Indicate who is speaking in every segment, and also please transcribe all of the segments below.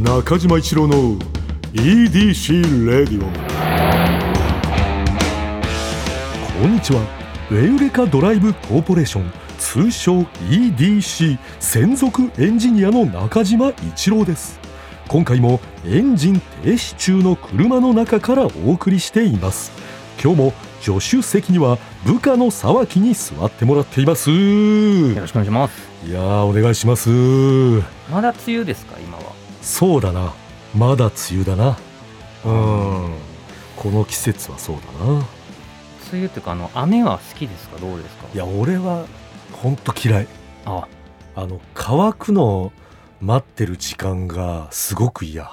Speaker 1: 中島一郎の EDC レディオこんにちはレウレカドライブコーポレーション通称 EDC 専属エンジニアの中島一郎です今回もエンジン停止中の車の中からお送りしています今日も助手席には部下の沢木に座ってもらっています
Speaker 2: よろしくお願いします。
Speaker 1: いやーお願いします
Speaker 2: まだ梅雨ですか、今は。
Speaker 1: そうだなまだ梅雨だなうんこの季節はそうだな
Speaker 2: 梅雨っていうか、あの雨は好きですか、どうですか。
Speaker 1: いや俺はほんと嫌い
Speaker 2: あ、
Speaker 1: あの乾くの待ってる時間がすごく嫌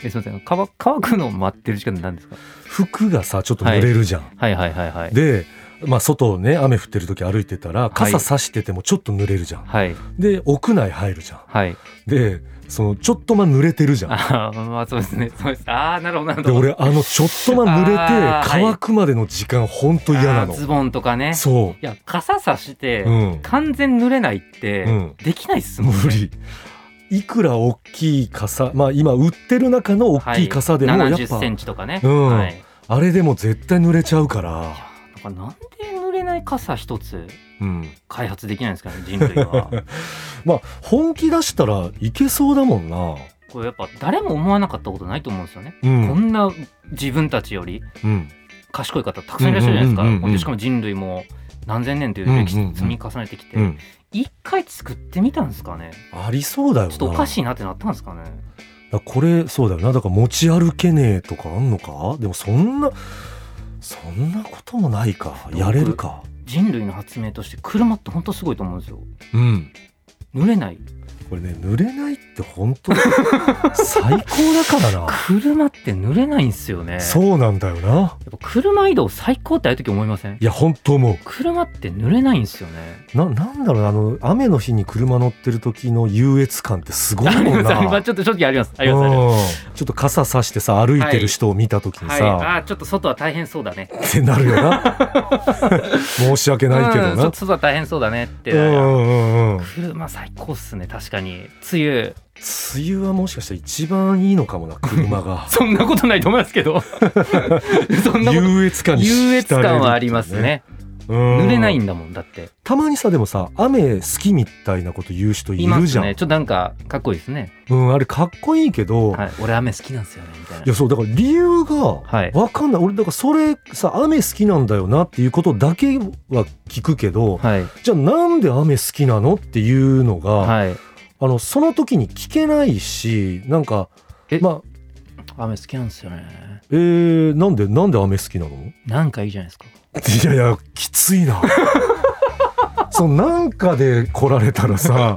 Speaker 2: え、すみません、乾乾くのを待ってる時間って何ですか。
Speaker 1: 服がさちょっと濡れるじゃん、
Speaker 2: はいはいはいはい。
Speaker 1: でまあ外をね雨降ってる時歩いてたら傘
Speaker 2: はい
Speaker 1: さしててもちょっと濡れるじゃん、
Speaker 2: はい
Speaker 1: で屋内入るじゃん
Speaker 2: はい。
Speaker 1: でそのちょっとま濡れてるじゃん
Speaker 2: あー、まあ、そうですね。そうです。ああ、なるほどなるほ
Speaker 1: で
Speaker 2: ど。
Speaker 1: 俺あのちょっとま濡れ
Speaker 2: あ
Speaker 1: て
Speaker 2: ー
Speaker 1: 乾くまでの時間ほんと嫌な
Speaker 2: あー
Speaker 1: の
Speaker 2: ズボンとかね。
Speaker 1: そ
Speaker 2: いや、傘さして、
Speaker 1: ううん
Speaker 2: 完全濡れないって、
Speaker 1: うん
Speaker 2: できないっすもん、ね。
Speaker 1: 無理いくら大きい傘まあ今売ってる中の大きい傘でも
Speaker 2: はい、
Speaker 1: やっ
Speaker 2: 70
Speaker 1: ぱ
Speaker 2: センチとかね。
Speaker 1: うん
Speaker 2: はい。いや
Speaker 1: あれでも絶対濡れちゃうから、
Speaker 2: なんかなんで濡れない傘一つ
Speaker 1: うん、
Speaker 2: 開発できないんですかね、人類 は。
Speaker 1: まあ本気出したらいけそうだもんな
Speaker 2: これやっぱ誰も思わなかったことないと思うんですよね。
Speaker 1: う
Speaker 2: こ
Speaker 1: ん
Speaker 2: んな自分たちより
Speaker 1: うん
Speaker 2: 賢い方たくさんいらっしゃるじゃないですか、
Speaker 1: うんうんうんうん
Speaker 2: でしかも人類も何千年という歴史積み重ねてきて、
Speaker 1: うん
Speaker 2: 一回作ってみたんですかね
Speaker 1: ありそうだよな
Speaker 2: ちょっとおかしいなってなったんですかね
Speaker 1: だからこれそうだよなだから持ち歩けねえとかあんのかでもそんなそんなこともないか
Speaker 2: 僕
Speaker 1: やれるか
Speaker 2: 人類の発明として車って本当すごいと思うんですよ
Speaker 1: うん
Speaker 2: 濡れない
Speaker 1: これね濡れないって本当最高だからな
Speaker 2: 車って濡れないんですよねやっ
Speaker 1: そうなんだよな
Speaker 2: ぱ車移動最高ってああいう時思いません
Speaker 1: いや本当思う
Speaker 2: 車って濡れないんですよね
Speaker 1: ななんだろうなあの雨の日に車乗ってる時の優越感ってすごい
Speaker 2: あり
Speaker 1: もん
Speaker 2: ま すあります
Speaker 1: な。
Speaker 2: ちょっと正直ありますあ
Speaker 1: うん
Speaker 2: りますありま
Speaker 1: ちょっと傘さしてさ歩いてる人を見た時に
Speaker 2: すはい、
Speaker 1: さ、
Speaker 2: あーちょっと外は大変そうだね
Speaker 1: ってなるよな 申し訳ないけど
Speaker 2: うんちょ
Speaker 1: な
Speaker 2: っと外は大変そうだねって、
Speaker 1: うんうんうん梅
Speaker 2: 車最高っすね確かに梅雨
Speaker 1: 雨はもしかしたら一番いいのかもな車が
Speaker 2: そんなことないと思いますけ ど そんなこと
Speaker 1: 優越感に
Speaker 2: 優
Speaker 1: 浸れる
Speaker 2: 越
Speaker 1: っていうね
Speaker 2: 感はありますね
Speaker 1: うん
Speaker 2: 濡れないんだもんだって
Speaker 1: たまにさでもさ雨好きみたいなこと言う人い
Speaker 2: いま
Speaker 1: るじ
Speaker 2: す
Speaker 1: ゃん
Speaker 2: ねちょっとなんかかっこいいですね、
Speaker 1: うん、あれかっこいいけど、
Speaker 2: はい、俺雨好きなんですよねみたいない
Speaker 1: やそうだから理由が
Speaker 2: はい
Speaker 1: わかんない俺だからそれさ雨好きなんだよなっていうことだけは聞くけど、
Speaker 2: はい
Speaker 1: じゃあなんで雨好きなのっていうのが、
Speaker 2: はい
Speaker 1: あのその時に聞けないしなんか
Speaker 2: え
Speaker 1: まあ
Speaker 2: 雨好きなんですよね
Speaker 1: えー、なんでなんで雨好きなの い
Speaker 2: なんかいいじゃないですか
Speaker 1: やいやきついな そうなんかで来られたら さ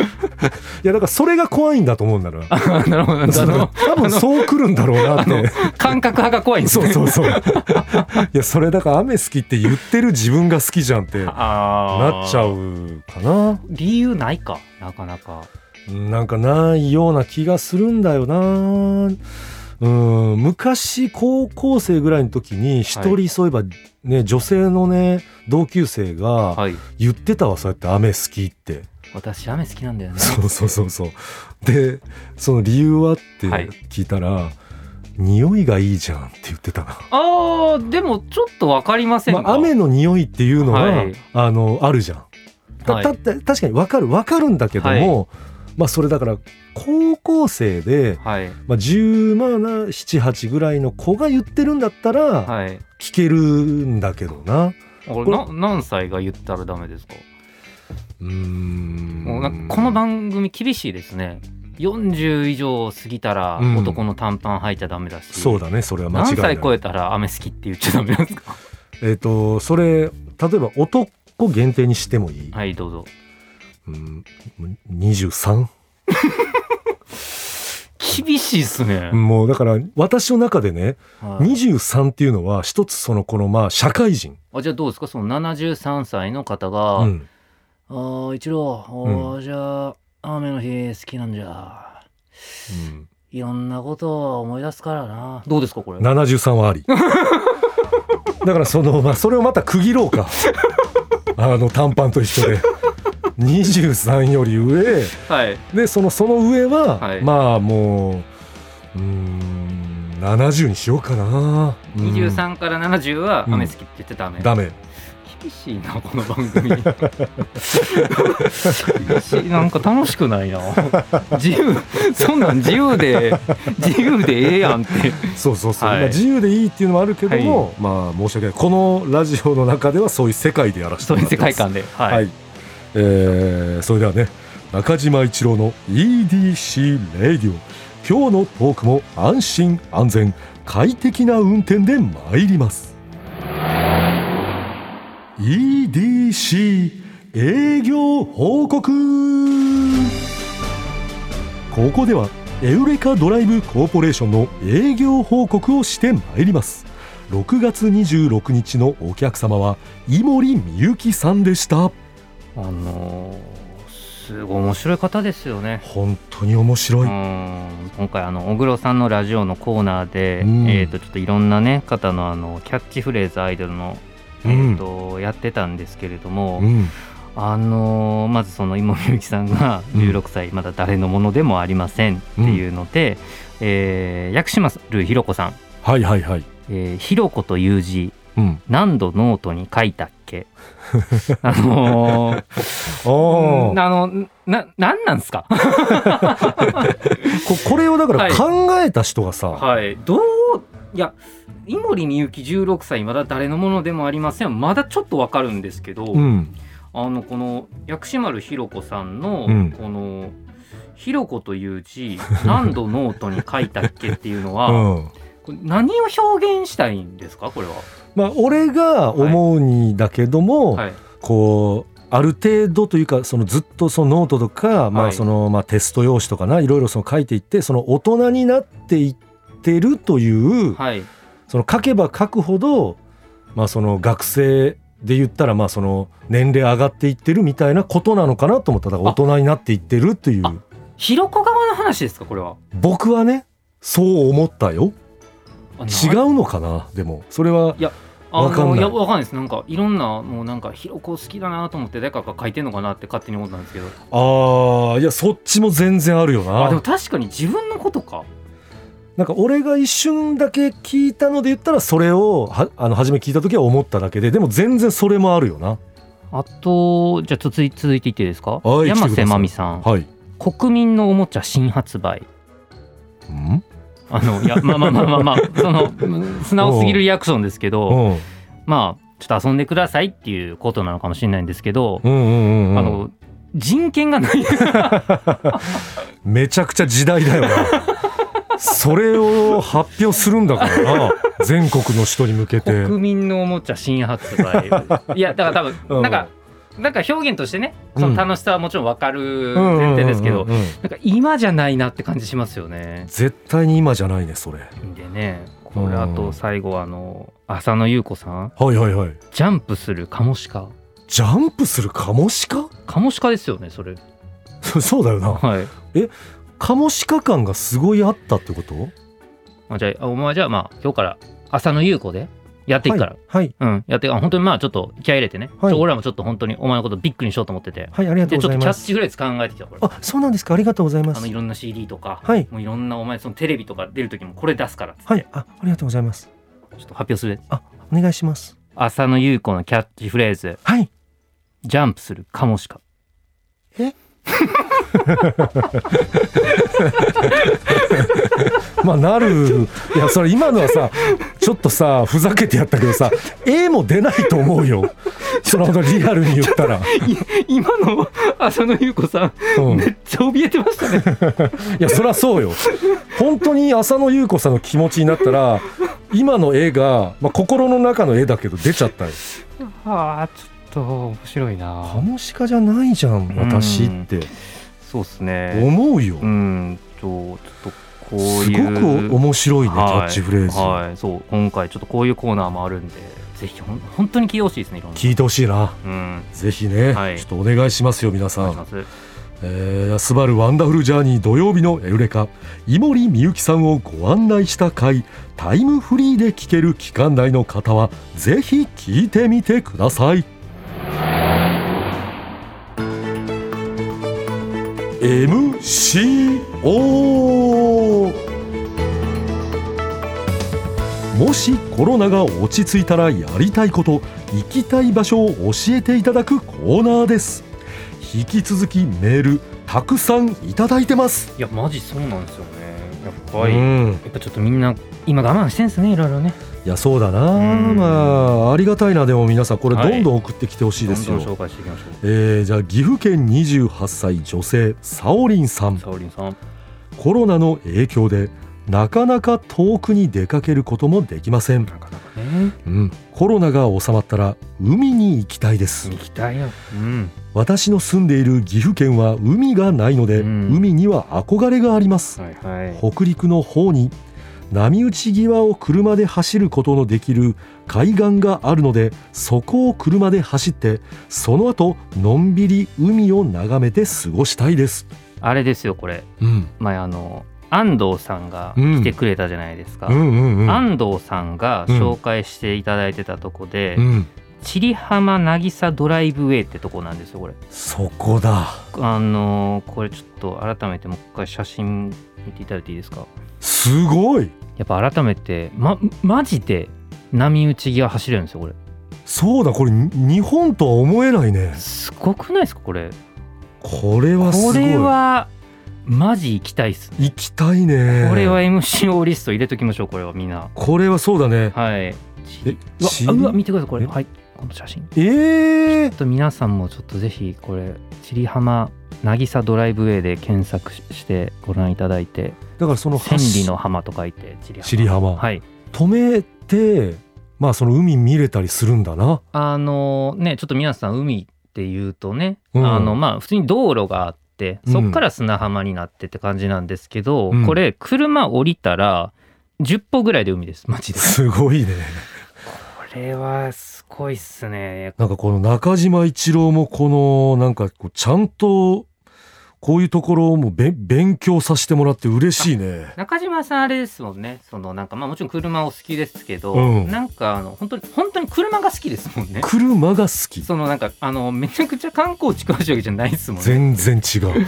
Speaker 1: いやだからそれが怖いんだと思うんだな
Speaker 2: あなるほどなる
Speaker 1: そ
Speaker 2: ほ
Speaker 1: の
Speaker 2: ど
Speaker 1: 多分そう来るんだろ うなっ
Speaker 2: あ
Speaker 1: て
Speaker 2: 感覚派が怖いんです
Speaker 1: そう
Speaker 2: ね
Speaker 1: そううそういやそれだから雨好きって言ってる自分が好きじゃんって
Speaker 2: あー
Speaker 1: なっちゃうかな
Speaker 2: 理由ないかなかなか
Speaker 1: うんなんかないような気がするんだよなうん昔高校生ぐらいの時に一人そういえば、ね女性のね同級生が
Speaker 2: はい
Speaker 1: 言ってたわそうやって雨好きって、
Speaker 2: 私雨好きなんだよね
Speaker 1: そうそうそうそうでその理由はって
Speaker 2: はい
Speaker 1: 聞いたら、匂いがいいじゃんって言ってたな
Speaker 2: あーでもちょっとわかりませんか、
Speaker 1: まあ、雨の匂いっていうのは、
Speaker 2: はい
Speaker 1: あのあるじゃん。た
Speaker 2: はい
Speaker 1: たた確かに分かる分かるんだけども、まあそれだから高校生で、
Speaker 2: はい
Speaker 1: まあ、1 7 7 8ぐらいの子が言ってるんだったら
Speaker 2: はい
Speaker 1: 聞けるんだけどな。
Speaker 2: こ
Speaker 1: こ
Speaker 2: れ
Speaker 1: れ
Speaker 2: な何歳が言ったらダメですか
Speaker 1: うーん
Speaker 2: もうなんかこの番組厳しいですね40以上過ぎたら
Speaker 1: うん
Speaker 2: 男の短パン履いちゃダメだし、
Speaker 1: そうだねそれは間違
Speaker 2: 何
Speaker 1: いない。
Speaker 2: 歳超えたら雨好きって言っちゃダ メなんですか
Speaker 1: えっ、とそれ例えば男限定にしてもいい、
Speaker 2: はいどうぞ
Speaker 1: うん、23?
Speaker 2: 厳しいっすね、
Speaker 1: もうだから私の中でね
Speaker 2: はい、
Speaker 1: 23っていうのは一つそのこのまあ社会人。
Speaker 2: あじゃあどうですかその73歳の方が「
Speaker 1: うん
Speaker 2: あー一郎おーじゃあ雨の日好きなんじゃいろんなことを思い出すからな」どうですかこれ
Speaker 1: 73は ありだ からその、まあ、それをまた区切ろうかあの短パンと一緒で23より上
Speaker 2: はい
Speaker 1: でそのその上は、
Speaker 2: はい
Speaker 1: まあもううーん70にしようかな、うん
Speaker 2: 23から70は
Speaker 1: うん
Speaker 2: 雨好きって言ってダメ、
Speaker 1: ダメ
Speaker 2: 厳しいなこの番組厳しいなんか楽しくないな自由そんなん自由で自由でええやんって
Speaker 1: そうそうそう、
Speaker 2: はい
Speaker 1: まあ、自由でいいっていうのもあるけども、まあ申し訳ないこのラジオの中ではそういう世界でやらせて
Speaker 2: そう
Speaker 1: もらっ
Speaker 2: いう
Speaker 1: て
Speaker 2: 世
Speaker 1: ま
Speaker 2: 界
Speaker 1: す
Speaker 2: 観では、
Speaker 1: はいい、えーそれではね中島一郎の EDC レイディオ今日のトークも安心安全快適な運転で参ります EDC 営業報告ここではエウレカドライブコーポレーションの営業報告をして参ります6月26日のお客様は井森美幸さんでした
Speaker 2: あのーすごい面白い方ですよね
Speaker 1: 本当に面白
Speaker 2: う
Speaker 1: い、
Speaker 2: ん今回あの小黒さんのラジオのコーナーで、
Speaker 1: うん
Speaker 2: えー、とちょっといろんな、ね、方のあのキャッチフレーズアイドルの、えーとやってたんですけれども、
Speaker 1: うん
Speaker 2: あのーまずその今みゆきさんが
Speaker 1: うん
Speaker 2: 16歳、まだ誰のものでもありませんっていうので、えー薬島るひろこさん
Speaker 1: はいはいはい、
Speaker 2: 「えーひろこという字
Speaker 1: うん、
Speaker 2: 何度ノートに書いたっ け? 」あのー
Speaker 1: お
Speaker 2: うんあのななんなんすか
Speaker 1: ここれをだか
Speaker 2: は
Speaker 1: ら
Speaker 2: い
Speaker 1: 考えた人がさ、
Speaker 2: はいどういや井森美幸16歳まだ誰のものでもありませんまだちょっとわかるんですけど、
Speaker 1: うん
Speaker 2: あのこの薬師丸ひろ子さんの、
Speaker 1: うん
Speaker 2: この「ひろ子」という字何度ノートに書いたっけっていうの は、
Speaker 1: うん、
Speaker 2: これ何を表現したいんですかこれは。
Speaker 1: まあ俺が思うにだけども、
Speaker 2: はい、
Speaker 1: こうある程度というかそのずっとそのノートとか、ま
Speaker 2: は
Speaker 1: あ
Speaker 2: い
Speaker 1: そのまあ、テスト用紙とかないろいろその書いていってその大人になっていってるという、
Speaker 2: はい、
Speaker 1: その書けば書くほど、まあ、その学生で言ったらまあその年齢上がっていってるみたいなことなのかなと思っただから大人になっていってるという
Speaker 2: あひろこ側の話ですかこれは。
Speaker 1: 僕はねそう思ったよ
Speaker 2: あ
Speaker 1: 違
Speaker 2: な
Speaker 1: うのかなでもそれは
Speaker 2: あ
Speaker 1: わかんない
Speaker 2: いやわかんないですなんかいろんなもうなんかひろこ好きだなと思って誰かが書いてんのかなって勝手に思ったんですけど
Speaker 1: あーいやそっちも全然あるよ
Speaker 2: あ
Speaker 1: な
Speaker 2: でも確かに自分のことか
Speaker 1: なんか俺が一瞬だけ聞いたので言ったらそれをはあの初め聞いた時は思っただけででも全然それもあるよな
Speaker 2: あとじゃあ続い続いていっていいですか、
Speaker 1: はい来
Speaker 2: 山
Speaker 1: てくださ
Speaker 2: 瀬
Speaker 1: い
Speaker 2: まみさん
Speaker 1: はい
Speaker 2: 「国民のおもちゃ新発売」
Speaker 1: うん
Speaker 2: あのいやまあまあまあまあ、 まあ、そのうん素直すぎるリアクションですけど
Speaker 1: うん
Speaker 2: まあちょっと遊んでくださいっていうことなのかもしれないんですけど、
Speaker 1: うんうんうん
Speaker 2: あの人権がない
Speaker 1: めちゃくちゃ時代だよなそれを発表するんだからな全国の人に向けて
Speaker 2: 国民のおもちゃ新発 売いやだから多
Speaker 1: うん
Speaker 2: 分なんか、なんか表現としてねその楽しさはもちろんわか
Speaker 1: うんうんう
Speaker 2: る
Speaker 1: んうん
Speaker 2: 前提ですけど、
Speaker 1: うん
Speaker 2: なんか今じゃないなって感じしますよね。
Speaker 1: 絶対に今じゃないねそれは
Speaker 2: でねこ
Speaker 1: うん
Speaker 2: れあと最後あの浅野ゆう子さん
Speaker 1: いはいはい
Speaker 2: 「ジャンプするカモシカ」
Speaker 1: ジャンプするカモシカ
Speaker 2: カモシカですよねそれ。
Speaker 1: そうだよな
Speaker 2: はい
Speaker 1: カモシカ感がすごいあったってこと
Speaker 2: まあ、じゃあ、お前はじゃあ、まあ、今日から浅野優子でやっていくから。
Speaker 1: はい
Speaker 2: うん、やってあ本当にまあちょっと気合い入れてね、
Speaker 1: はい
Speaker 2: ちょ俺らもちょっと本当にお前のことビッグにしようと思ってて
Speaker 1: はい、はい、ありがと
Speaker 2: で
Speaker 1: う
Speaker 2: ちょ
Speaker 1: ござ
Speaker 2: っと
Speaker 1: い
Speaker 2: キャ
Speaker 1: ま
Speaker 2: ッ
Speaker 1: す
Speaker 2: チフレーズ考えてきたこれ
Speaker 1: あそうなんですかありがとうございま
Speaker 2: あ
Speaker 1: す
Speaker 2: のいろんな CD とか、
Speaker 1: はい
Speaker 2: もういろんなお前そのテレビとか出る時もこれ出すからちょ
Speaker 1: はいあありがとうございます
Speaker 2: っと発表する
Speaker 1: あお願いします
Speaker 2: 浅野優子のキャッチフレーズ
Speaker 1: はい
Speaker 2: ジャンプするカモシカ
Speaker 1: まあなるいやそれ今のはさちょっとさふざけてやったけどさ絵も出ないと思うよそのリアルに言ったら、
Speaker 2: 今の浅野優子さん
Speaker 1: うん、
Speaker 2: めっちゃ怯えてましたね
Speaker 1: いやそりゃそうよ本当に浅野ゆう子さんの気持ちになったら今の絵が、まあ、心の中の絵だけど出ちゃったよ
Speaker 2: ああちょっと面白い
Speaker 1: カ
Speaker 2: な
Speaker 1: モシカじゃないじゃん私って
Speaker 2: そうっすね
Speaker 1: 思うよ、
Speaker 2: うんとちょっとこう
Speaker 1: す
Speaker 2: いう
Speaker 1: ごく面白いね、キャッチフレーズ、
Speaker 2: はいはいそう今回ちょっとこういうコーナーもあるんでぜひほん本当に聞いてほしいですねいろんな
Speaker 1: 聞いてほしいな
Speaker 2: うん
Speaker 1: ぜひね、
Speaker 2: はい
Speaker 1: ちょっとお願いしますよ皆
Speaker 2: お
Speaker 1: さ
Speaker 2: 願いしま
Speaker 1: ん
Speaker 2: す
Speaker 1: 「えー、スバルワンダフルジャーニー土曜日のエウレカ」井森美幸さんをご案内した回タイムフリーで聴ける期間内の方はぜひ聞いてみてください MCO もしコロナが落ち着いたらやりたいこと行きたい場所を教えていただくコーナーです引き続きメールたくさんいただいてます
Speaker 2: いやマジそうなんですよねやっぱり、
Speaker 1: う
Speaker 2: や
Speaker 1: ん
Speaker 2: っぱちょっとみんな今我慢してんすねいろいろね
Speaker 1: いやそうだな
Speaker 2: うん
Speaker 1: まあありがたいなでも皆さんこれ
Speaker 2: は
Speaker 1: ど
Speaker 2: い
Speaker 1: んどん送ってきてほしいですよ、
Speaker 2: どんどん紹介していきましょ
Speaker 1: えーじゃあ岐阜県28歳女性サオリンさん
Speaker 2: うさおりんさん
Speaker 1: コロナの影響でなかなか遠くに出かけることもできません、
Speaker 2: なかなかね
Speaker 1: うん、コロナが収まったら海に行きたいです
Speaker 2: 行きたいようん
Speaker 1: 私の住んでいる岐阜県は海がないので、
Speaker 2: うん
Speaker 1: 海には憧れがあります、
Speaker 2: はいはい
Speaker 1: 北陸の方に波打ち際を車で走ることのできる海岸があるのでそこを車で走ってその後のんびり海を眺めて過ごしたいです、
Speaker 2: あれですよこれ
Speaker 1: うん、
Speaker 2: 前あの安藤さんが来てくれたじゃないですか、
Speaker 1: うんうんうん
Speaker 2: 安藤さんが紹介していただいてたとこで、
Speaker 1: うん
Speaker 2: 千里浜渚ドライブウェイってとこなんですよこれ
Speaker 1: そこだ
Speaker 2: あのーこれちょっと改めてもう一回写真見ていただいていいですか
Speaker 1: すごい
Speaker 2: やっぱ改めてまマジで波打ち際走れるんですよこれ
Speaker 1: そうだこれに日本とは思えないね
Speaker 2: すごくないですかこれ
Speaker 1: これはすご
Speaker 2: こ
Speaker 1: い
Speaker 2: れはマジ行きたいっすね
Speaker 1: 行きたいね
Speaker 2: これは MCO リスト入れときましょうこれはみんな
Speaker 1: これはそうだね
Speaker 2: はい
Speaker 1: え
Speaker 2: うわ
Speaker 1: ち
Speaker 2: あうわ見てくださいこれ
Speaker 1: え
Speaker 2: はいこの写真
Speaker 1: えー
Speaker 2: ちょっと皆さんもちょっとぜひこれ千里浜渚ドライブウェイで検索ししてご覧いただいて
Speaker 1: だからその
Speaker 2: 千
Speaker 1: 橋
Speaker 2: 里の浜と書いて千里浜
Speaker 1: 尻浜、
Speaker 2: はい
Speaker 1: 止めてまあその海見れたりするんだな
Speaker 2: あのねちょっと皆さん海っていうとね、
Speaker 1: うん
Speaker 2: あのまあ普通に道路があってそっから砂浜になってって感じなんですけど、
Speaker 1: うん
Speaker 2: これ車降りたら10歩ぐらいで海ですマジで
Speaker 1: すごいね
Speaker 2: これはすごいっすね
Speaker 1: なんかこの中島一郎もこのなんかこうちゃんとこういうところをもうべ勉強させてもらって嬉しいね
Speaker 2: 中島さんあれですもんねそのなんかまあもちろん車お好きですけど、
Speaker 1: うん
Speaker 2: なんかあの本当に本当に車が好きですもんね
Speaker 1: 車が好き
Speaker 2: そのなんかあのめちゃくちゃ観光地詳しいわけじゃないですもんね
Speaker 1: 全然違う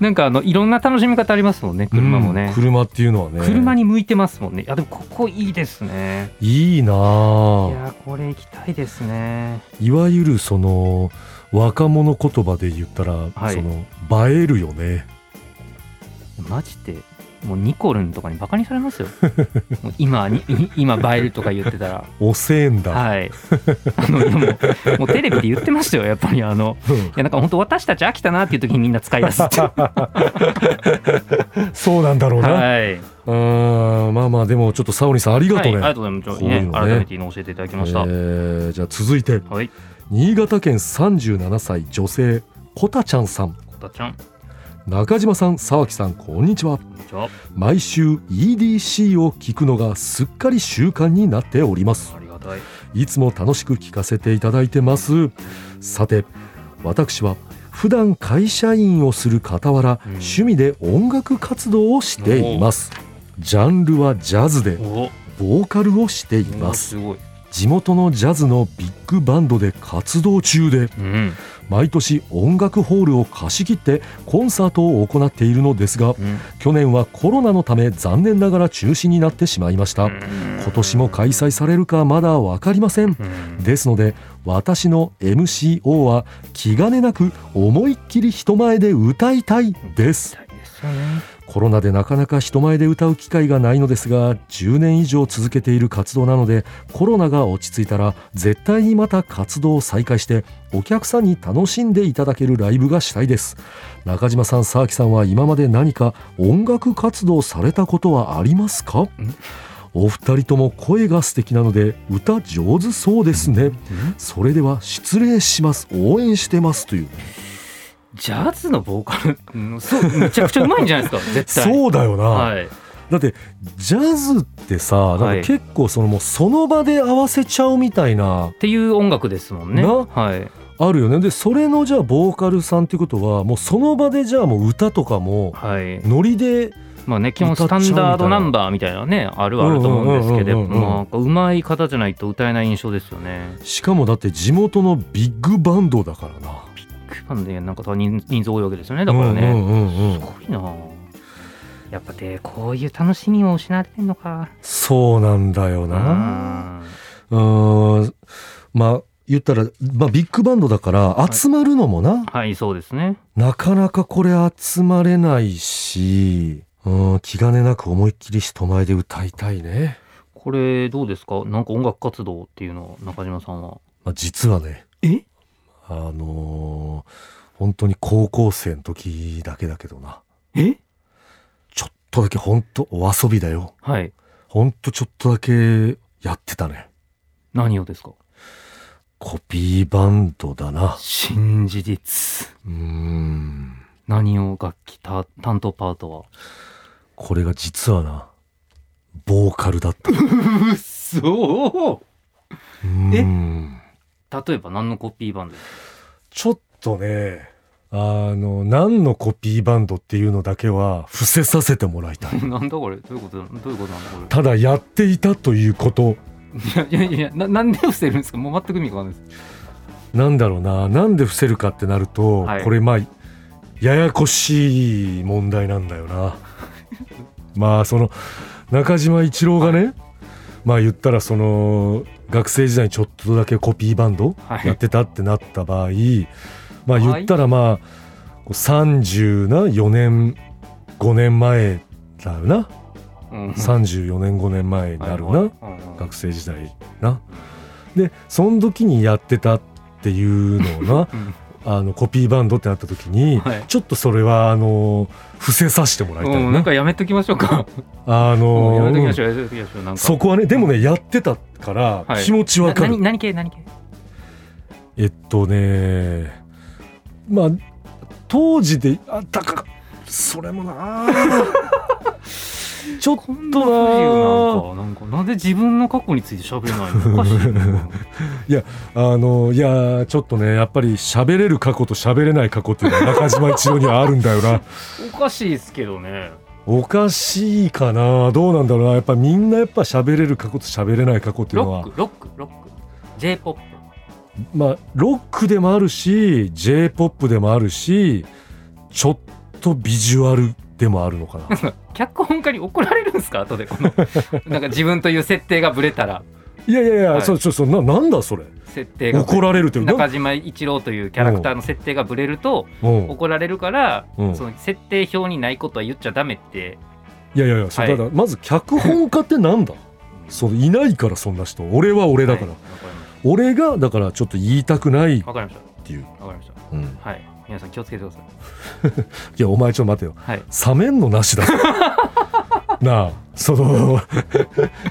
Speaker 2: なんかあのいろんな楽しみ方ありますもんね 車も
Speaker 1: うん
Speaker 2: ね、
Speaker 1: 車っていうのはね
Speaker 2: 車に向いてますもんねいやでもここいいですね
Speaker 1: いいないあ
Speaker 2: やこれ行きたいですね
Speaker 1: いわゆるその若者言葉で言ったら、
Speaker 2: はい
Speaker 1: その映えるよね
Speaker 2: マジでもうニコルンとかにバカにさ れますよもう今に今映えるとか言ってたら
Speaker 1: 遅えんだ、
Speaker 2: はいあのでももうテレビで言ってましたよやっぱりあの
Speaker 1: うん
Speaker 2: いやなんか本当私たち飽きたなっていう時にみんな使い出 すっていう
Speaker 1: そうなんだろうな、
Speaker 2: はい、はい、
Speaker 1: あーまあまあでもちょっとサオリンさんありが
Speaker 2: あ
Speaker 1: と
Speaker 2: り
Speaker 1: うね、
Speaker 2: がとうございますちょっと
Speaker 1: こういう
Speaker 2: ね
Speaker 1: のね
Speaker 2: 改めていいの教えていただきました、
Speaker 1: えーじゃあ続いて
Speaker 2: はい
Speaker 1: 新潟県37歳女性こたちゃんさん
Speaker 2: こたちゃん
Speaker 1: 中島さん沢木さんこんにちは
Speaker 2: こんにちは
Speaker 1: 毎週 EDC を聞くのがすっかり習慣になっております
Speaker 2: ありがたい
Speaker 1: いつも楽しく聞かせていただいてますさて私は普段会社員をする傍ら、
Speaker 2: うん
Speaker 1: 趣味で音楽活動をしていますジャンルはジャズで
Speaker 2: お
Speaker 1: ボーカルをしてい
Speaker 2: お
Speaker 1: ます
Speaker 2: すごい
Speaker 1: 地元のジャズのビッグバンドで活動中で
Speaker 2: うん
Speaker 1: 毎年音楽ホールを貸し切ってコンサートを行っているのですが
Speaker 2: うん
Speaker 1: 去年はコロナのため残念ながら中止になってしまいました今年も開催されるかまだ分かりません
Speaker 2: うん
Speaker 1: ですので私の MCO は気兼ねなく思いっきり人前で歌いたいですコロナでなかなか人前で歌う機会がないのですが10年以上続けている活動なのでコロナが落ち着いたら絶対にまた活動を再開してお客さんに楽しんでいただけるライブがしたいです中島さん沢木さんは今まで何か音楽活動されたことはありますかお二人とも声が素敵なので歌上手そうですねそれでは失礼します応援してますという
Speaker 2: ジャズのボーカル、うんそうめちゃくちゃうまいんじゃな いですか絶対
Speaker 1: そうだよな、
Speaker 2: はい
Speaker 1: だってジャズってさ
Speaker 2: は
Speaker 1: なん
Speaker 2: い
Speaker 1: か結構そのもうその場で合わせちゃうみたいな
Speaker 2: っていう音楽ですもんね
Speaker 1: な
Speaker 2: はい
Speaker 1: あるよねでそれのじゃあボーカルさんってことはもうその場でじゃあもう歌とかも
Speaker 2: はい
Speaker 1: ノリで
Speaker 2: まあね基本スタンダードナンバーみたいなねあるはあると思うんですけ
Speaker 1: うんうんうんうん
Speaker 2: ど
Speaker 1: うん
Speaker 2: なんかうまい方じゃないと歌えない印象ですよね
Speaker 1: しかもだって地元のビッグバンドだからな
Speaker 2: なんでなんか多人人数多いわけですよねだからね、
Speaker 1: うんうんうんうん
Speaker 2: すごいなやっぱでこういう楽しみを失ってんのか
Speaker 1: そうなんだよ
Speaker 2: う
Speaker 1: な。
Speaker 2: ん
Speaker 1: うーん。まあ、言ったら、まあ、ビッグバンドだから、
Speaker 2: い
Speaker 1: 集まるのもな、
Speaker 2: はいそうですね
Speaker 1: なかなかこれ集まれないし、うん、気兼ねなく思いっきり人前で歌いたいね。
Speaker 2: これどうですかなんか音楽活動っていうの中島さんは
Speaker 1: まあ、実はね、
Speaker 2: え
Speaker 1: あのー本当に高校生の時だけだけどな。
Speaker 2: え
Speaker 1: ちょっとだけ本当お遊びだよ。
Speaker 2: はい
Speaker 1: ほんとちょっとだけやってたね。
Speaker 2: 何をですか
Speaker 1: コピーバンドだな。
Speaker 2: 新事実
Speaker 1: うーん。
Speaker 2: 何を楽器た担当パートは
Speaker 1: これが実はな、ボーカルだった。う
Speaker 2: うっそ
Speaker 1: ーん
Speaker 2: 例えば何のコピーバンドですか
Speaker 1: ちょっとね、あの、何のコピーバンドっていうのだけは伏せさせてもらいたい。
Speaker 2: なんだこれどういうことどういうことなんだこ
Speaker 1: ただやっていたということ。
Speaker 2: れいやいやいやななんで伏せるんですかもう全く意味がわかんないです
Speaker 1: なんだろうな、なんで伏せるかってなると、
Speaker 2: はい
Speaker 1: これまあ、ややこしい問題なんだよ な。まあ、その、中島一郎がね、まあ言ったらその、学生時代にちょっとだけコピーバンド
Speaker 2: はい
Speaker 1: やってたってなった場合、まあ
Speaker 2: はい
Speaker 1: 言ったらまあ、こう30な4年5年前だよな、
Speaker 2: うん
Speaker 1: 34年5年前になるな、
Speaker 2: はいはいうんうん
Speaker 1: 学生時代なでその時にやってたっていうのをな あのコピーバンドってなった時に、
Speaker 2: はい
Speaker 1: ちょっとそれはあの伏せさせてもらいたい
Speaker 2: うん、うん
Speaker 1: な,、
Speaker 2: なんかやめときましょうか。
Speaker 1: あ
Speaker 2: うんや
Speaker 1: の
Speaker 2: めときましょう、やめときましょう。なんか。
Speaker 1: そこはねでもねやってたから
Speaker 2: はい
Speaker 1: 気持ちわかる、
Speaker 2: な何何系何系
Speaker 1: えっとねまあ当時であだからそれもな ちょっと
Speaker 2: こんな不自
Speaker 1: な
Speaker 2: 由なんか、なんか、なんで自分の過去について喋れないのおかしいな。
Speaker 1: あのいやちょっとねやっぱり喋れる過去と喋れない過去っていうのは中島一郎にはあるんだよな
Speaker 2: おかしいですけどね。
Speaker 1: おかしいかなどうなんだろうなやっぱみんなやっぱ喋れる過去と喋れない過去っていうの
Speaker 2: ロッ
Speaker 1: は
Speaker 2: ク、ロック、ロック。J-POP。
Speaker 1: まあロックでもあるし j p o p でもあるしちょっとビジュアルでもあるのかな
Speaker 2: 脚本家に怒られるんですか後でこのなんか自分という設定がぶれたら
Speaker 1: いやいやいや、
Speaker 2: はい
Speaker 1: そうそうそうななんだそれ
Speaker 2: 設定が
Speaker 1: 怒られるという
Speaker 2: 中島一郎というキャラクターの設定がぶれると
Speaker 1: うん
Speaker 2: 怒られるから、
Speaker 1: うん
Speaker 2: その設定表にないことは言っちゃダメって
Speaker 1: いやいやいや、そう
Speaker 2: はい
Speaker 1: だからまず脚本家ってなんだそういないからそんな人俺は俺だから、
Speaker 2: はい
Speaker 1: 俺がだからちょっと言いたくないっ
Speaker 2: わかりました
Speaker 1: ていう、
Speaker 2: わかりましたわかり
Speaker 1: うんい
Speaker 2: ましたはい皆さん気をつけてください
Speaker 1: やお前ちょっと待てよ
Speaker 2: はい
Speaker 1: 冷めんのな しだぞなあその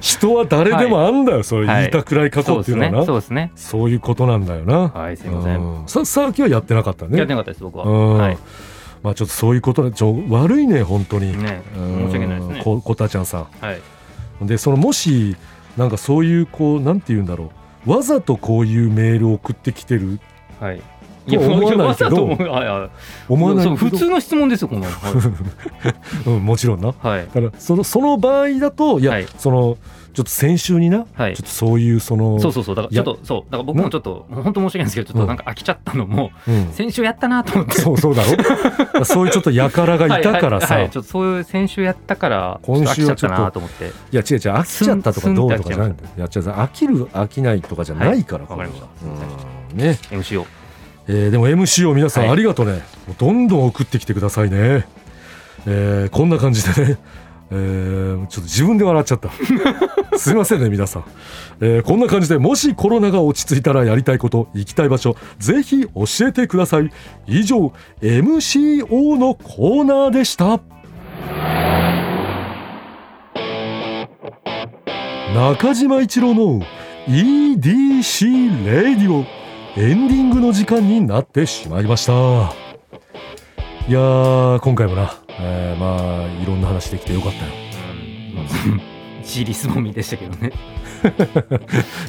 Speaker 1: 人は誰でもあんだよ、それ
Speaker 2: はい
Speaker 1: 言いたくない過
Speaker 2: そ
Speaker 1: 去
Speaker 2: う
Speaker 1: って
Speaker 2: で
Speaker 1: いう
Speaker 2: す
Speaker 1: のは
Speaker 2: ね
Speaker 1: な、
Speaker 2: そうですね
Speaker 1: そういうことなんだよな、
Speaker 2: はいすいません、
Speaker 1: うんささっきはやってなかったね
Speaker 2: やってなかったです僕は、
Speaker 1: うん
Speaker 2: はい
Speaker 1: まあちょっとそういうことでちょ悪いね本当に、
Speaker 2: ね
Speaker 1: うん
Speaker 2: 申し訳ないですね
Speaker 1: ここたちゃんさん
Speaker 2: はい
Speaker 1: でそのもしなんかそういうこうなんて言うんだろうわざとこういうメールを送ってきてる
Speaker 2: はい
Speaker 1: いや思わないけど
Speaker 2: わざと思うはいはい
Speaker 1: 思わない
Speaker 2: そ
Speaker 1: け
Speaker 2: う
Speaker 1: ど
Speaker 2: 普通の質問ですよこんなのはい
Speaker 1: うん、もちろんな
Speaker 2: はい
Speaker 1: だからそのその場合だといや、
Speaker 2: はい
Speaker 1: そのちょっと先週にな、
Speaker 2: はい
Speaker 1: ちょっとそういうその
Speaker 2: そうそうそうだからちょっとそうだから僕もちょっともう本当申し訳ないんですけどちょっとなんか飽きちゃったのも
Speaker 1: うん
Speaker 2: 先週やったなと思って
Speaker 1: そうそうだろ そういうちょっと輩がいたからさ、
Speaker 2: は
Speaker 1: い
Speaker 2: いはいはいちょっとそういう先週やったからちょっと
Speaker 1: 今
Speaker 2: 飽き
Speaker 1: 週
Speaker 2: ちゃ
Speaker 1: はちょっと
Speaker 2: ったなと思って
Speaker 1: や違う違う飽きちゃったと
Speaker 2: す
Speaker 1: か
Speaker 2: ん
Speaker 1: どうとかじゃないんだよいや違う違う飽きる飽きないとかじゃないから、
Speaker 2: はいわかりま
Speaker 1: こ
Speaker 2: し
Speaker 1: れ
Speaker 2: た
Speaker 1: はうんね
Speaker 2: MC を
Speaker 1: えーでも MC を皆さん
Speaker 2: はい
Speaker 1: ありがとうね、もうどんどん送ってきてくださいね、えーこんな感じでね、えーちょっと自分で笑っちゃ ったすいませんね皆さん、えーこんな感じでもしコロナが落ち着いたらやりたいこと行きたい場所ぜひ教えてください以上 MCO のコーナーでした中島一郎の EDC レディオエンディングの時間になってしまいましたいやー今回もな、えーまあいろんな話できてよかったよ
Speaker 2: シリスもみでしたけどね、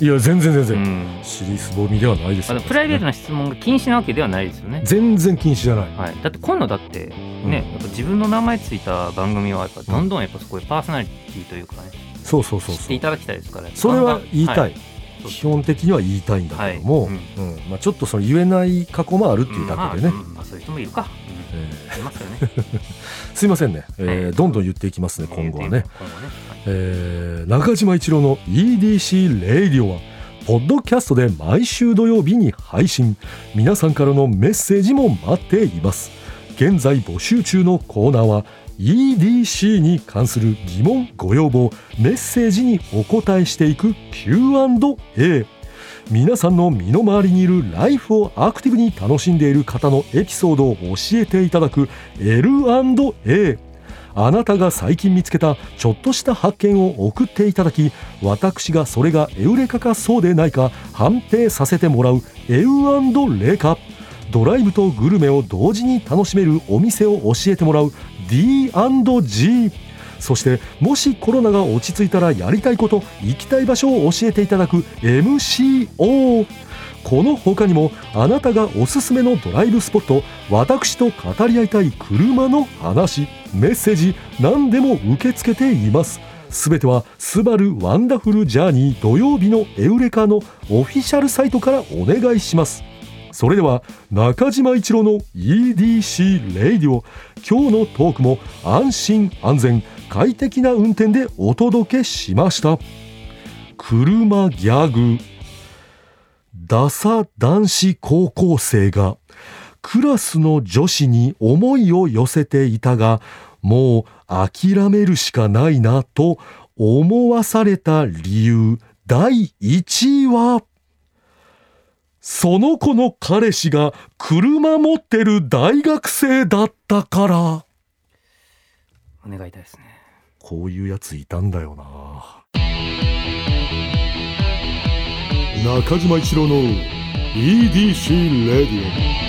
Speaker 1: いや全然全然、
Speaker 2: うん
Speaker 1: シリーズボミではないです
Speaker 2: あ
Speaker 1: よ
Speaker 2: のプライベートな質問が禁止なわけではないですよね
Speaker 1: 全然禁止じゃない
Speaker 2: はい、だって今度だってね、
Speaker 1: うん
Speaker 2: やっぱ自分の名前ついた番組はやっぱどんどんやっぱそこでパーソナリティというかね、
Speaker 1: そうそうそう
Speaker 2: 知っ
Speaker 1: そ
Speaker 2: て
Speaker 1: う
Speaker 2: いただきたいですから
Speaker 1: それは言いたい、
Speaker 2: は
Speaker 1: 基本的には言いたいんだけども、
Speaker 2: はい
Speaker 1: うんまあ、ちょっとその言えない過去もあるっていうだけでね、
Speaker 2: まあうんまあそういう人もいるか、
Speaker 1: え
Speaker 2: うんいますよね
Speaker 1: ーすいませんね、えー
Speaker 2: はい
Speaker 1: どんどん言っていきますね今後はね、
Speaker 2: 今後ねはい
Speaker 1: えー中島一郎の EDC レイディオはポッドキャストで毎週土曜日に配信皆さんからのメッセージも待っています現在募集中のコーナーは EDC に関する疑問ご要望メッセージにお答えしていく Q&A 皆さんの身の回りにいるライフをアクティブに楽しんでいる方のエピソードを教えていただく L&A あなたが最近見つけたちょっとした発見を送っていただき私がそれがエウレカかそうでないか判定させてもらうエウレカドライブとグルメを同時に楽しめるお店を教えてもらう D&G そしてもしコロナが落ち着いたらやりたいこと行きたい場所を教えていただく MCO この他にもあなたがおすすめのドライブスポット私と語り合いたい車の話メッセージ何でも受け付けていますすべては「スバルワンダフルジャーニー土曜日のエウレカ」のオフィシャルサイトからお願いしますそれでは中島一郎の EDC レイディオ今日のトークも安心安全快適な運転でお届けしました車ギャグダサ男子高校生がクラスの女子に思いを寄せていたがもう諦めるしかないなと思わされた理由第1位はその子の彼氏が車持ってる大学生だったから
Speaker 2: お願いいたいですね
Speaker 1: こういうやついたんだよな中島一郎の EDC レディオ